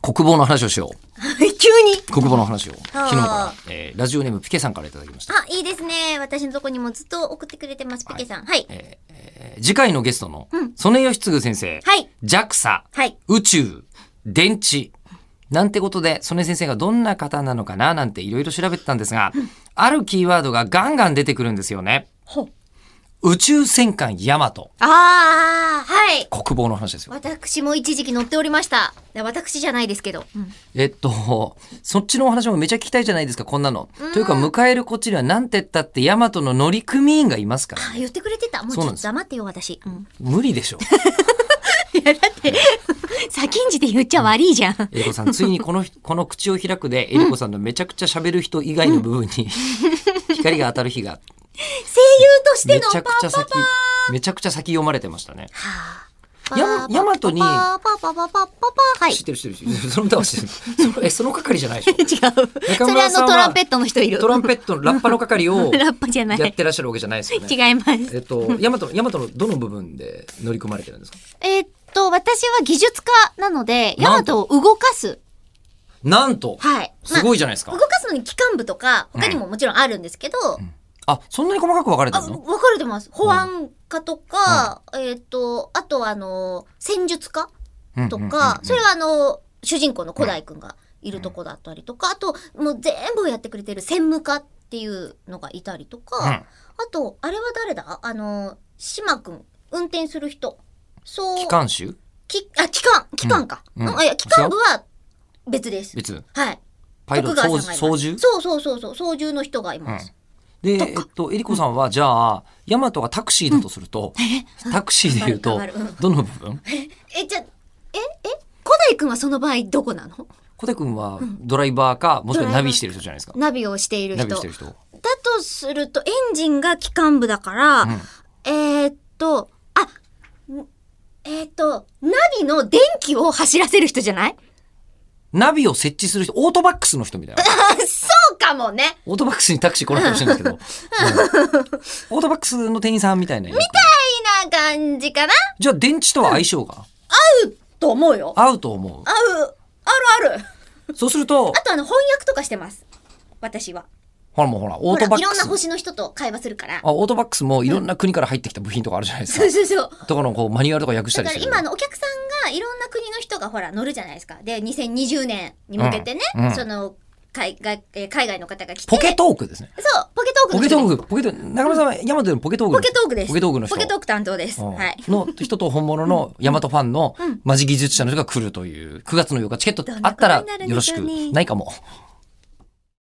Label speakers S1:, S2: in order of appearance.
S1: 国防の話をしよう。
S2: 急に。
S1: 国防の話を。昨
S2: あー
S1: 日から、えーラジオネームピケさんからいただきました。
S2: あ、いいですね。私のとこにもずっと送ってくれてます、ピケさん。はい。
S1: えー次回のゲストの、曽根義嗣先生。
S2: はい。
S1: JAXA、
S2: はい。
S1: 宇宙、電池。なんてことで、曽根先生がどんな方なのかななんていろいろ調べてたんですが、あるキーワードがガンガン出てくるんですよね。
S2: ほ
S1: 宇宙戦艦ヤマト。
S2: ああ、はい。
S1: 国防の話ですよ。
S2: 私も一時期乗っておりました。いや私じゃないですけど。うん
S1: えっと、そっちのお話もめちゃ聞きたいじゃないですか、こんなの。というか、迎えるこっちにはなんて言ったってヤマトの乗組員がいますから。
S2: あ、言ってくれてた。もうち
S1: そうなん
S2: ょっと
S1: です
S2: 黙ってよ、私。うん。
S1: 無理でしょ。
S2: いや、だって、先んじて言っちゃ悪いじゃん。
S1: えりこさん、ついにこの人、 この口を開くで、えりこさんのめちゃくちゃ喋る人以外の部分 に、光が当たる日が、
S2: 声優とし
S1: め
S2: ての
S1: ち
S2: パ
S1: ゃくちゃ先、めちゃくちゃ先読まれてましたね。
S2: パ
S1: や
S2: パ
S1: ヤマトに
S2: パパパパパパ パは
S1: 知ってる知ってる知ってる。その歌は知ってる。そのえ、 その係じゃないでし
S2: 違う。 そ
S1: 中
S2: れあ
S1: 村さんは
S2: のトランペットの人い
S1: ょ。
S2: る。
S1: トランペットのラッパの係を
S2: ラッパじゃな
S1: やっ
S2: い。
S1: てらっしゃるわけじゃないですよね。
S2: 違います。
S1: えっと、ヤマト、ヤマトのどの部分で乗り込まれてるんですか
S2: えーっと、私は技術家なので、ヤ
S1: な
S2: マ
S1: んと
S2: トを動かす。
S1: なんと、
S2: はい。
S1: す
S2: ま
S1: ごいじゃないです
S2: あ
S1: か
S2: 動。かすのに機関部とか、他にももちろんあるんですけど、
S1: あ、そんなに細かく分かれて
S2: あ、
S1: るの
S2: 分かれてます。保安課とか、えーっと、あとはあの、戦術家と
S1: うんうんうん
S2: か、それはあの、主人公の古代くんがいるとこだったりとか、あと、もう全部をやってくれてる専務家っていうのがいたりと
S1: うん
S2: か、あと、あれは誰だあの、島くん、運転する人。そう。
S1: 機関手
S2: き、あ、機関、機関か。
S1: うんうん
S2: あいや、機関部は別です。
S1: 別
S2: はい。
S1: パイロット
S2: 徳川
S1: 操
S2: さんがいます
S1: 操縦
S2: そうそうそうそう、操縦の人がいます。
S1: で、えっと、えりこさんは、じゃあ、ヤマトがタクシーだとすると、タクシーで言うと
S2: わかるわかるうん、
S1: どの部分
S2: え、じゃ、え、え、古代くんはその場合どこなの
S1: 小手くんはドライバーか、もしくはナビしてる人じゃないですか。
S2: ナビをしている
S1: ナ
S2: 人。
S1: ビ
S2: だ
S1: してる人。
S2: とすると、エンジンが機関部だから、えーっと、あ、んえーっと、ナビの電気を走らせる人じゃない
S1: ナビを設置する人、オートバックスの人みたいな。
S2: あ、そうかもね。
S1: オートバックスにタクシー来ないかもしれないですけど、うんオートバックスの店員さんみたいな。みたい
S2: いな感じかな
S1: じゃあ、電池とは相性が
S2: と思うよ。
S1: 合うと思
S2: 合う、あるある。
S1: う。そうすると
S2: あ、とあの、翻訳とかしてます。私は。
S1: ほらもうほら、オ
S2: ほ
S1: ー
S2: ら、
S1: トバ
S2: い
S1: ッ
S2: ろ
S1: ク
S2: んな
S1: ス。
S2: 星の人と会話するから。
S1: あ、オートバックスもいろんな国から入ってきた部品とかあるじゃないです
S2: そう
S1: か。
S2: そうそう。
S1: とかのこうマニュアルとか訳した
S2: だ
S1: り
S2: か
S1: し
S2: ら
S1: てる。
S2: 今のお客さんがいろんな国の人がほら乗るじゃないですか。で、2020年に向けてね、
S1: うんうん
S2: その海外、えー海外の方が来て。
S1: ポケトークですね。
S2: そう、ポケトーク
S1: ポ
S2: の
S1: ケ
S2: 人
S1: ト
S2: です。
S1: ーク、ポケトーク、中村さんはヤマトのポケトーク。
S2: ポケトークです。
S1: ポケトークの人。
S2: ポケトーク担当です。
S1: うん
S2: はい。
S1: の人と本物のヤマトファンのマジ技術者の人が来るという9月の8日チケットあったらよろしく
S2: どんなことになるんでしょうね
S1: ないかも